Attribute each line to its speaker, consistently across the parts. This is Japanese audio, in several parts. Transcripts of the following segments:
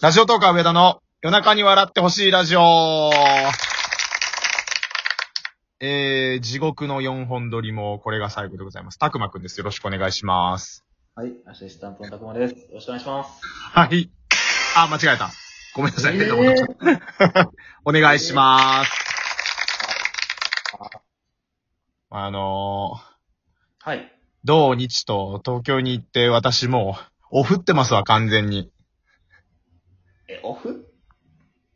Speaker 1: ラジオトークは上田の夜中に笑ってほしいラジオ。えー、地獄の4本撮りもこれが最後でございます。たくまくんです。よろしくお願いします。
Speaker 2: はい、アシスタントのたくまです。よろしくお願いします。
Speaker 1: はい。あ、間違えた。ごめんなさい。
Speaker 2: えー
Speaker 1: 変なこと言っちゃった お願いします。あのー、
Speaker 2: はい。
Speaker 1: 土日と東京に行って私もう、お振ってますわ、完全に。
Speaker 2: え、オフ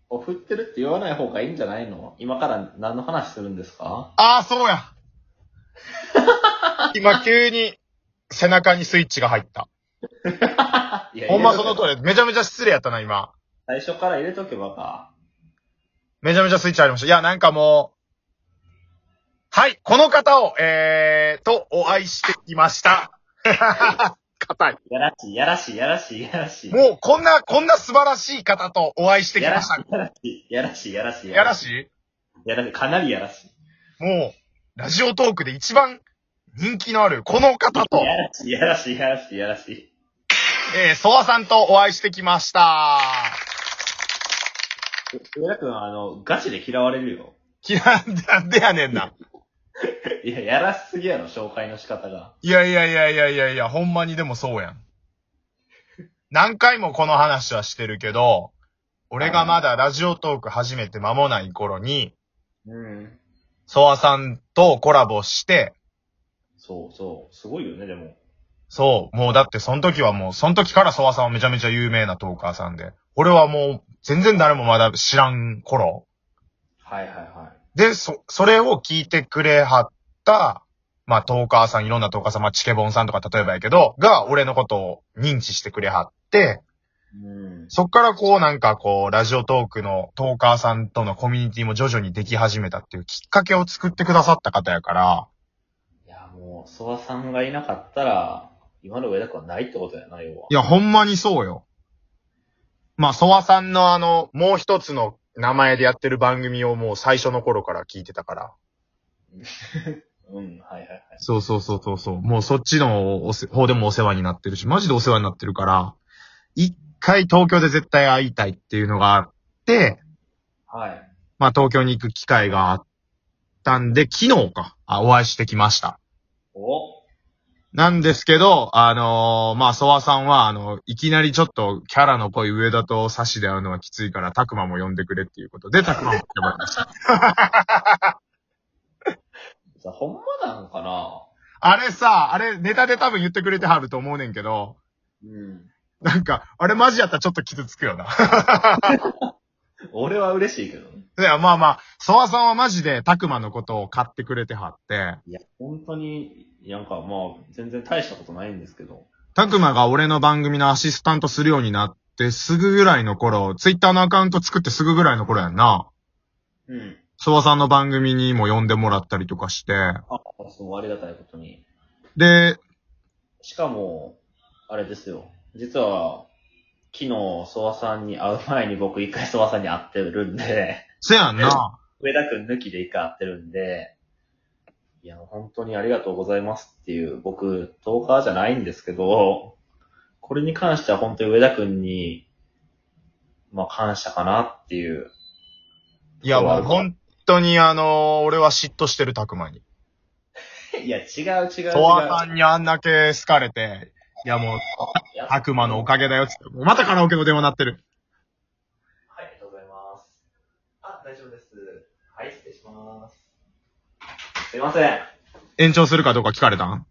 Speaker 2: オフってるって言わない方がいいんじゃないの今から何の話するんですか
Speaker 1: ああ、そう や。今急に背中にスイッチが入った。
Speaker 2: いや
Speaker 1: ほんまその
Speaker 2: り。
Speaker 1: 通り。めちゃめちゃ失礼やったな、今。
Speaker 2: 最初から入れとけばか。
Speaker 1: めちゃめちゃスイッチありました。いや、なんかもう、はい、この方を、えー、と、お会いしてきました。 硬い。
Speaker 2: やらしい、やらしい、やらしい、やらしい。
Speaker 1: もう、こんな、こんな素晴らしい方とお会いしてき
Speaker 2: や
Speaker 1: ま
Speaker 2: ら
Speaker 1: し。
Speaker 2: したい、やらしい、やらしい、
Speaker 1: やら
Speaker 2: い。
Speaker 1: しい
Speaker 2: やらしい、かなりやらしい。
Speaker 1: もう、ラジオトークで一番人気のある、この方と、
Speaker 2: やらしい、やらしい、やらしい、やらしい。
Speaker 1: えー、ソワさんとお会いしてきました。
Speaker 2: え上田くん、あの、ガチで嫌われるよ。
Speaker 1: きら、 なんでやねんな。
Speaker 2: いや、やらしすぎやろ、紹介の仕方が。
Speaker 1: いやいやいやいやいやいや、ほんまにでもそうやん。何回もこの話はしてるけど、俺がまだラジオトーク始めて間もない頃に、
Speaker 2: うん。
Speaker 1: ソワさんとコラボして、
Speaker 2: そうそう。すごいよね、でも。
Speaker 1: そう、もうだってその時はもう、その時からソワさんはめちゃめちゃ有名なトーカーさんで、俺はもう全然誰もまだ知らん頃。
Speaker 2: はいはいはい。
Speaker 1: で、そ、それを聞いてくれはった、まあトーカーさん、いろんなトーカーさん、まあチケボンさんとか例えばやけど、が俺のことを認知してくれはって、
Speaker 2: うん。
Speaker 1: そっからこうなんかこう、ラジオトークのトーカーさんとのコミュニティも徐々にでき始めたっていうきっかけを作ってくださった方やから、
Speaker 2: いや、もう、ソワさんがいなかったら、今の上田くんはないってことやな、要は。
Speaker 1: いや、ほんまにそうよ。まあ、ソワさんのあの、もう一つの名前でやってる番組をもう最初の頃から聞いてたから。
Speaker 2: うん、はいはいはい。
Speaker 1: そうそうそうそうそう。もうそっちのおせ方でもお世話になってるし、マジでお世話になってるから、一回東京で絶対会いたいっていうのがあって、
Speaker 2: はい。
Speaker 1: まあ東京に行く機会があったんで、昨日か、あ、お会いしてきました。
Speaker 2: お
Speaker 1: なんですけど、あのーまあ、ソワさんは、あの、いきなりちょっとキャラの濃い上田とサシで会うのはきついから、タクマも呼んでくれっていうことで、タクマも呼ばれました。
Speaker 2: さ、ほんまなんかな
Speaker 1: あれさ、あれ、ネタで多分言ってくれてはると思うねんけど、
Speaker 2: うん。
Speaker 1: なんか、あれマジやったらちょっと傷つくよな。
Speaker 2: 俺は嬉しいけどね。
Speaker 1: いや、まあまあ、ソワさんはマジでタクマのことを買ってくれてはって、
Speaker 2: いや、本当に、なんかまあ、全然大したことないんですけど。
Speaker 1: タクマが俺の番組のアシスタントするようになってすぐぐらいの頃、ツイッターのアカウント作ってすぐぐらいの頃やんな。
Speaker 2: うん。
Speaker 1: ソワさんの番組にも呼んでもらったりとかして、
Speaker 2: あ、そう、ありがたいことに。
Speaker 1: で、
Speaker 2: しかも、あれですよ。実は、昨日、ソワさんに会う前に僕一回ソワさんに会ってるんで、
Speaker 1: せやんな。
Speaker 2: 上田くん抜きで一回会ってるんで、いや、本当にありがとうございますっていう、僕、トーカーじゃないんですけど、これに関しては本当に上田くんに、まあ感謝かなっていう。
Speaker 1: いや、もう本当にあのー俺は嫉妬してるたくまに。
Speaker 2: いや、違う違う違う。
Speaker 1: とわさんにあんだけ好かれて、いやもう、
Speaker 2: いや
Speaker 1: たくまのおかげだよっつって、またカラオケの電話鳴ってる。
Speaker 2: はい、ありがとうございます。あ、大丈夫です。はい、失礼します。すいません。
Speaker 1: 延長するかどうか聞かれたん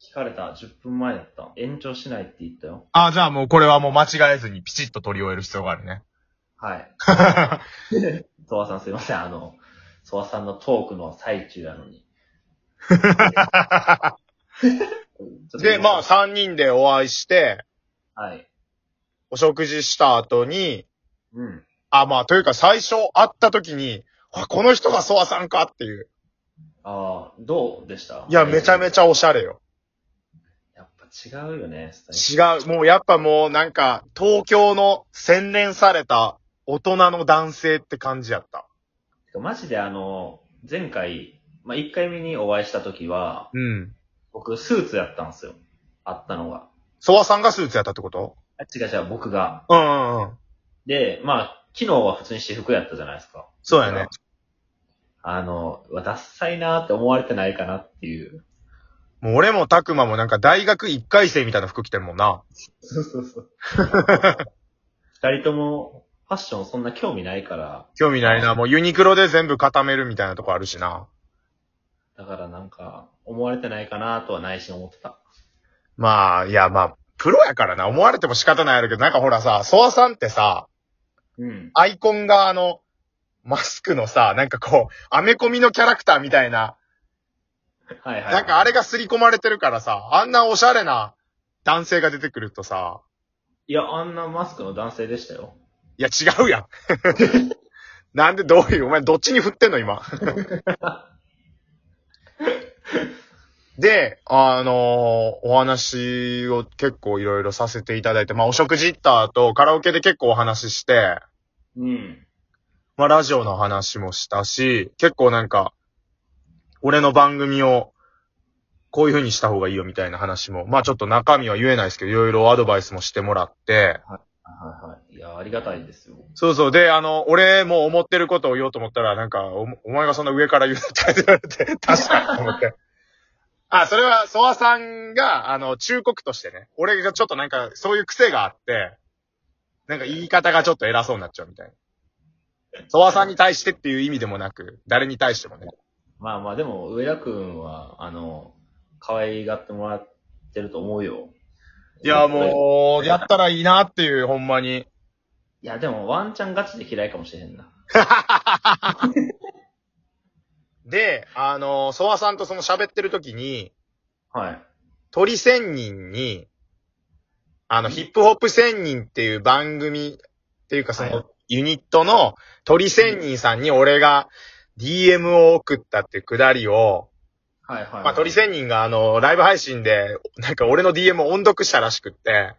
Speaker 2: 聞かれた。10分前だった。延長しないって言ったよ。
Speaker 1: あ、じゃあもうこれはもう間違えずにピチッと取り終える必要があるね。
Speaker 2: はい。 ソワさんすいません、あの、ソワさんのトークの最中なの に。
Speaker 1: で、まあ3人でお会いして、
Speaker 2: あ、はい。
Speaker 1: お食事した後に、
Speaker 2: うん。
Speaker 1: あ、まあというか最初会った時に、あ、この人がソワさんかっていう。
Speaker 2: ああ、どうでした
Speaker 1: いや、めちゃめちゃおしゃれよ。
Speaker 2: やっぱ違うよね、スタイ
Speaker 1: 違う。もうやっぱもうなんか、東京の洗練された大人の男性って感じやった。
Speaker 2: ルてかマジであの、前回、まあ、1回目にお会いした時は、
Speaker 1: うん。
Speaker 2: 僕、スーツやったんですよ。あったのが。
Speaker 1: ソワさんがスーツやったってこと
Speaker 2: あ違う違う、僕が。
Speaker 1: うんうんうん。
Speaker 2: で、まあ、昨日は普通に私服やったじゃないですか。
Speaker 1: そうやね。
Speaker 2: あの、うわダッサいなーって思われてないかなっていう。
Speaker 1: もう俺もたくまもなんか大学一回生みたいな服着てるもんな。
Speaker 2: そうそうそう。二人ともファッションそんな興味ないから、
Speaker 1: 興味ないな。もうユニクロで全部固めるみたいなとこあるしな。
Speaker 2: だからなんか、思われてないかなとは内心思ってた。
Speaker 1: まあ、いやまあ、プロやからな。思われても仕方ないやろうけど、なんかほらさ、ソワさんってさ、
Speaker 2: うん。
Speaker 1: アイコンがあの、マスクのさ、なんかこう、アメコミのキャラクターみたいな、
Speaker 2: はいはい。
Speaker 1: なんかあれが刷り込まれてるからさ、あんなおしゃれな男性が出てくるとさ、
Speaker 2: いや、あんなマスクの男性でしたよ。
Speaker 1: いや違うや ん。なんでどういう、お前どっちに振ってんの 今。で、あのーお話を結構いろいろさせていただいて、まあお食事行った後、カラオケで結構お話しして、
Speaker 2: うん。
Speaker 1: まあ、ラジオの話もしたし、結構なんか、俺の番組を、こういう風にした方がいいよみたいな話も、まあちょっと中身は言えないですけど、いろいろアドバイスもしてもらって、
Speaker 2: はいはい。いや、ありがたいですよ。
Speaker 1: そうそう、で、あの、俺も思ってることを言おうと思ったら、なんか、おお前がそんな上から言うって言われて、 確かにと思って。あ、それは、ソワさんが、あの、忠告としてね、俺がちょっとなんか、そういう癖があって、なんか言い方がちょっと偉そうになっちゃうみたいな。ソワさんに対してっていう意味でもなく、誰に対してもね。
Speaker 2: まあまあ、でも、上田くんは、あの、可愛がってもらってると思うよ。
Speaker 1: いや、
Speaker 2: う。
Speaker 1: もう、やったらいいなっていう、ほんまに。
Speaker 2: いや、でも、ワンチャンガチで嫌いかもしれへんな。
Speaker 1: で、あの、ソワさんとその喋ってる時に、
Speaker 2: はい。
Speaker 1: 鳥仙人に、あの、ヒップホップ仙人っていう番組っていうかそ
Speaker 2: は
Speaker 1: のユニットの鳥仙人さんに俺が DM を送ったっていうくだりを、
Speaker 2: はいはい。
Speaker 1: まあ鳥仙人があの、ライブ配信で、なんか俺の DM を音読したらしくって、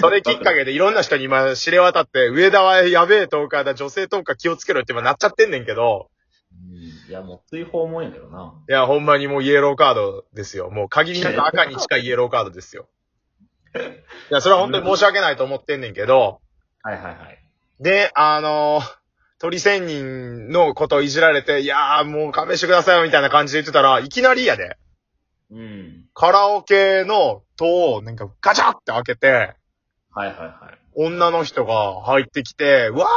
Speaker 1: それきっかけでいろんな人に今知れ渡って、上田はやべえトーカーだ、女性トーカー気をつけろって今なっちゃってんねんけど、
Speaker 2: うんいや、もう追訪問やけどな。
Speaker 1: いや、ほんまにもうイエローカードですよ。もう限りなく赤に近いイエローカードですよ。いや、それは本当に申し訳ないと思ってんねんけど、
Speaker 2: はいはいはい。
Speaker 1: で、あのー鳥仙人のことをいじられて、いやーもう勘弁してくださいよみたいな感じで言ってたら、いきなりやで、
Speaker 2: うん。
Speaker 1: カラオケの戸をなんかガチャって開けて、
Speaker 2: はいはいはい。
Speaker 1: 女の人が入ってきて、うわ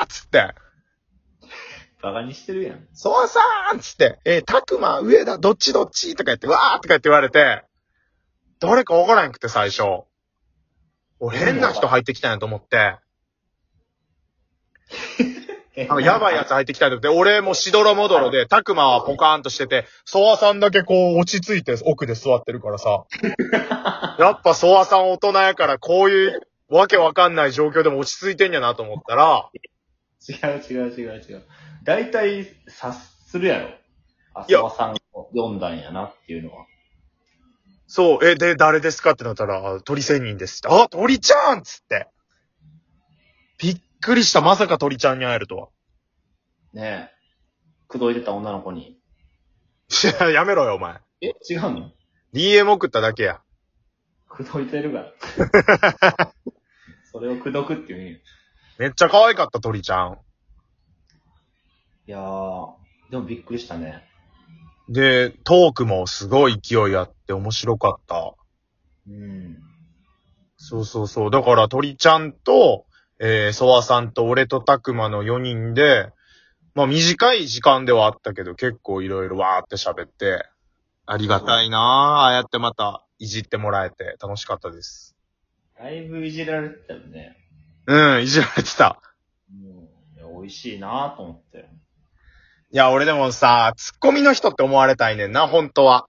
Speaker 1: ーっつって、
Speaker 2: バカにしてるやん。
Speaker 1: ソワさんっつって、えー、たくま、上田、どっちどっちとか言って、わーとか言って言われて、誰かわからんくて最初。俺変な人入ってきたんやと思って、
Speaker 2: え
Speaker 1: なんかやばいやつ。入ってきたんやと思って、俺もしどろもどろで、たくまはポカーンとしてて、ソワさんだけこう落ち着いて奥で座ってるからさ。やっぱソワさん大人やからこういうわけわかんない状況でも落ち着いてんやなと思ったら、
Speaker 2: 違う違う違う違う。大体、察するやろ。あ
Speaker 1: いや
Speaker 2: そさんを読んだんやなっていうのは。
Speaker 1: そう、え、で、誰ですかってなったら、あ鳥仙人ですって。あ、鳥ちゃんっつって。びっくりした。まさか鳥ちゃんに会えるとは。
Speaker 2: ねえ。口説いてた女の子に。
Speaker 1: いややめろよ、お前。
Speaker 2: え違うの
Speaker 1: DM 送っただけや。
Speaker 2: 口説いてる から。それを口説くっていう意味。い
Speaker 1: めっちゃ可愛かった、鳥ちゃん。
Speaker 2: やー、でもびっくりしたね。
Speaker 1: で、トークもすごい勢いあって面白かった。
Speaker 2: うん。
Speaker 1: そうそうそう。だから、鳥ちゃんと、えー、ソワさんと俺とタクマの4人で、まあ短い時間ではあったけど、結構いろいろわーって喋って、ありがたいなあああやってまたいじってもらえて楽しかったです。
Speaker 2: だいぶいじられてたよね。
Speaker 1: うん、いじられてた。
Speaker 2: うん。いや美味しいなーと思って。
Speaker 1: いや、俺でもさ、ツッコミの人って思われたいねんな、本当は。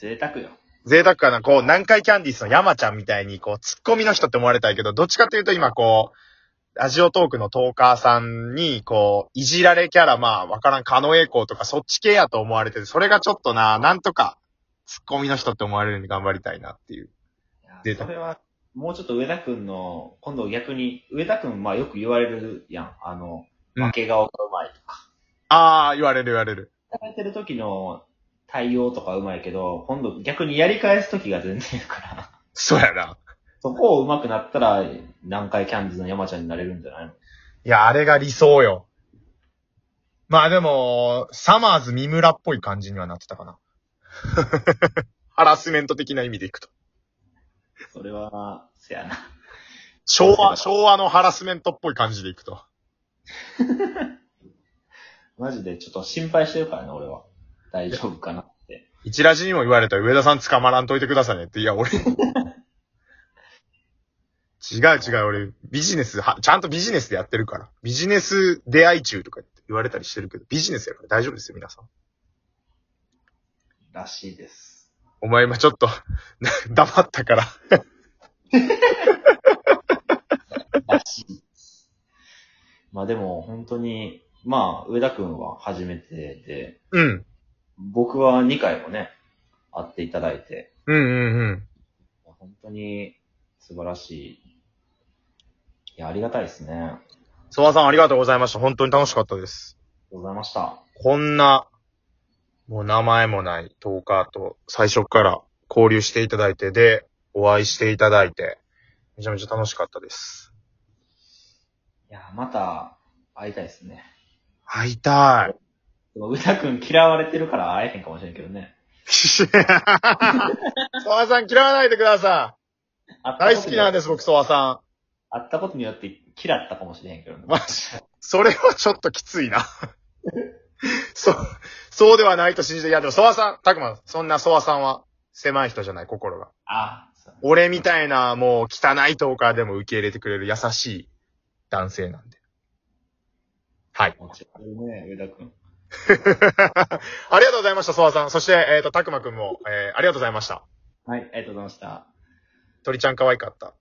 Speaker 2: 贅沢よ。
Speaker 1: 贅沢かな、こう、南海キャンディーズの山ちゃんみたいに、こう、ツッコミの人って思われたいけど、どっちかというと今、こう、ラジオトークのトーカーさんに、こう、いじられキャラ、まあ、わからん、カノエイコーとか、そっち系やと思われてて、それがちょっとな、なんとか、ツッコミの人って思われるように頑張りたいなっていう。
Speaker 2: い
Speaker 1: 贅
Speaker 2: やそ
Speaker 1: 沢
Speaker 2: れは、もうちょっと上田くんの、今度逆に、上田くん、まあよく言われるやん。あの、
Speaker 1: うん
Speaker 2: 負け顔がうまいとか。
Speaker 1: ああ、言われる言われる。
Speaker 2: やれてる時の対応とかうまいけど、今度逆にやり返す時が全然やから。
Speaker 1: そうやな。
Speaker 2: そこを上手くなったら、南海キャンディーズの山ちゃんになれるんじゃないの
Speaker 1: いや、あれが理想よ。まあでも、サマーズ三村っぽい感じにはなってたかな。 ハラスメント的な意味でいくと。
Speaker 2: それは、せやな。
Speaker 1: 昭和、昭和のハラスメントっぽい感じでいくと。
Speaker 2: マジでちょっと心配してるからね、俺は。大丈夫かなって。
Speaker 1: 一ラジにも言われた上田さん捕まらんといてくださいねって。いや、俺。 違う違う、俺、ビジネスは、ちゃんとビジネスでやってるから。ビジネス出会い中とか言われたりしてるけど、ビジネスやから大丈夫ですよ、皆さん。
Speaker 2: らしいです。
Speaker 1: お前今ちょっと、 な黙ったから。
Speaker 2: らしいです。まあでも、本当に、まあ、上田くんは初めてで、
Speaker 1: うん。
Speaker 2: 僕は2回もね、会っていただいて、
Speaker 1: うんうんうん。
Speaker 2: 本当に素晴らしい。いや、ありがたいですね。ありが
Speaker 1: ソワさんありがとうございました。本当に楽しかったです。
Speaker 2: とうございました。
Speaker 1: こんな、もう名前もないトーカーと最初から交流していただいて、で、お会いしていただいて、めちゃめちゃ楽しかったです。
Speaker 2: いや、また会いたいですね。
Speaker 1: 会いたい。
Speaker 2: でも、うたくん嫌われてるから会えへんかもしれんけどね。
Speaker 1: ソワさん嫌わないでください。大好きなんです、僕、ソワさ
Speaker 2: 会ったことによって嫌ったかもしれへんけどね
Speaker 1: ん。。マジ。それはちょっときついな。 そう、そうではないと信じて、いやでもソワさん、たくま、そんなソワさんは狭い人じゃない、心が。
Speaker 2: あ、そう
Speaker 1: 俺みたいな、もう汚いトーカーでも受け入れてくれる優しい男性なんで。はい。
Speaker 2: もちろんね、上田くん。
Speaker 1: ありがとうございました、ソワさん。そして、えっ、と、たくまくんも、えーありがとうございました。
Speaker 2: はい、ありがとうございました。
Speaker 1: 鳥ちゃん可愛かった。